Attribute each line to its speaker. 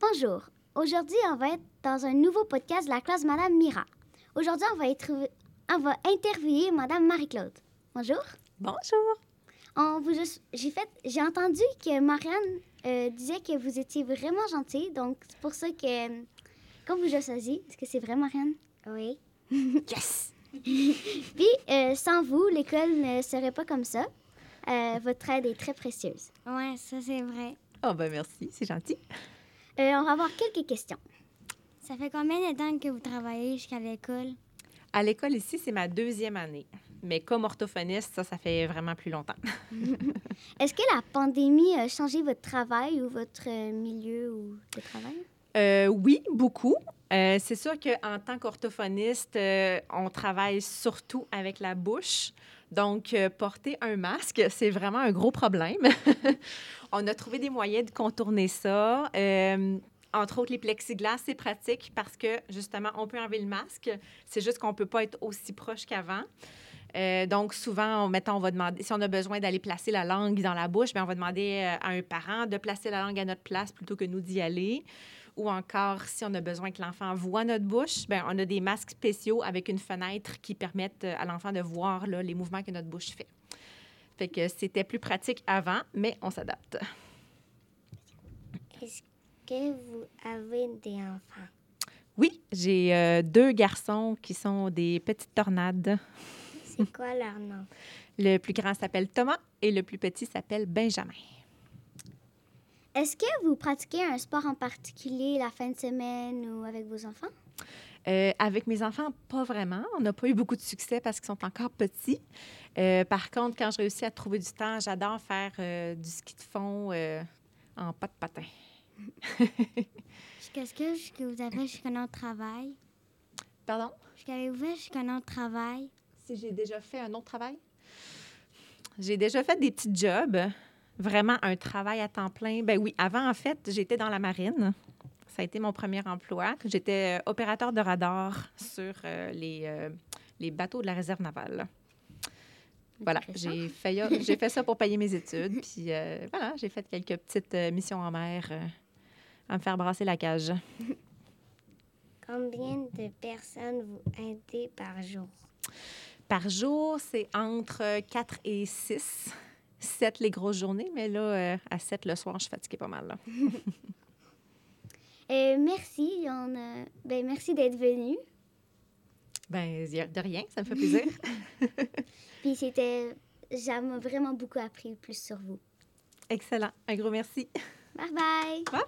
Speaker 1: Bonjour. Aujourd'hui, on va être dans un nouveau podcast de la classe Madame Mira. Aujourd'hui, on va, être- on va interviewer Madame Marie-Claude. Bonjour.
Speaker 2: Bonjour.
Speaker 1: On vous a- j'ai fait, j'ai entendu que Marianne euh, disait que vous étiez vraiment gentille, donc c'est pour ça que euh, qu'on vous a choisi. Est-ce que c'est vrai, Marianne Oui.
Speaker 2: Yes.
Speaker 1: Puis euh, sans vous, l'école ne serait pas comme ça. Euh, votre aide est très précieuse.
Speaker 3: Ouais, ça c'est vrai.
Speaker 2: Oh ben merci, c'est gentil.
Speaker 1: Euh, on va avoir quelques questions.
Speaker 3: Ça fait combien de temps que vous travaillez jusqu'à l'école?
Speaker 2: À l'école ici, c'est ma deuxième année. Mais comme orthophoniste, ça, ça fait vraiment plus longtemps.
Speaker 1: Est-ce que la pandémie a changé votre travail ou votre euh, milieu ou de travail
Speaker 2: Euh, oui, beaucoup. Euh, c'est sûr qu'en tant qu'orthophoniste, euh, on travaille surtout avec la bouche. Donc, euh, porter un masque, c'est vraiment un gros problème. on a trouvé des moyens de contourner ça. Euh, entre autres, les plexiglas, c'est pratique parce que, justement, on peut enlever le masque. C'est juste qu'on ne peut pas être aussi proche qu'avant. Euh, donc, souvent, on, mettons, on va demander, si on a besoin d'aller placer la langue dans la bouche, bien, on va demander euh, à un parent de placer la langue à notre place plutôt que nous d'y aller ou encore si on a besoin que l'enfant voit notre bouche, ben on a des masques spéciaux avec une fenêtre qui permettent euh, à l'enfant de voir là, les mouvements que notre bouche fait. Fait que c'était plus pratique avant, mais on s'adapte.
Speaker 1: Est-ce que vous avez des enfants
Speaker 2: Oui, j'ai euh, deux garçons qui sont des petites tornades.
Speaker 1: C'est quoi leur nom
Speaker 2: Le plus grand s'appelle Thomas et le plus petit s'appelle Benjamin.
Speaker 1: Est-ce que vous pratiquez un sport en particulier la fin de semaine ou avec vos enfants
Speaker 2: Euh, avec mes enfants, pas vraiment. On n'a pas eu beaucoup de succès parce qu'ils sont encore petits. Euh, par contre, quand je réussis à trouver du temps, j'adore faire euh, du ski de fond euh, en pas de patin.
Speaker 3: Qu'est-ce que ce que vous avez jusqu'à notre travail?
Speaker 2: Pardon?
Speaker 3: Ce que vous fait jusqu'à notre travail?
Speaker 2: Si j'ai déjà fait un autre travail? J'ai déjà fait des petits jobs. Vraiment un travail à temps plein. Ben oui, avant, en fait, j'étais dans la marine. Ça a été mon premier emploi. J'étais euh, opérateur de radar sur euh, les, euh, les bateaux de la réserve navale. Voilà,
Speaker 1: Intéressant.
Speaker 2: j'ai fait, j'ai fait ça pour payer mes études. Puis euh, voilà, j'ai fait quelques petites euh, missions en mer euh, à me faire brasser la cage.
Speaker 4: Combien de personnes vous aidez par jour?
Speaker 2: Par jour, c'est entre 4 et 6. 7 les grosses journées, mais là, euh, à 7 le soir, je suis fatiguée pas mal. là.
Speaker 1: Euh, Merci, on a- ben, merci d'être venu.
Speaker 2: Ben, y a de rien, ça me fait plaisir.
Speaker 1: Puis c'était, j'aime vraiment beaucoup appris plus sur vous.
Speaker 2: Excellent. Un gros merci.
Speaker 1: Bye bye.
Speaker 2: Bye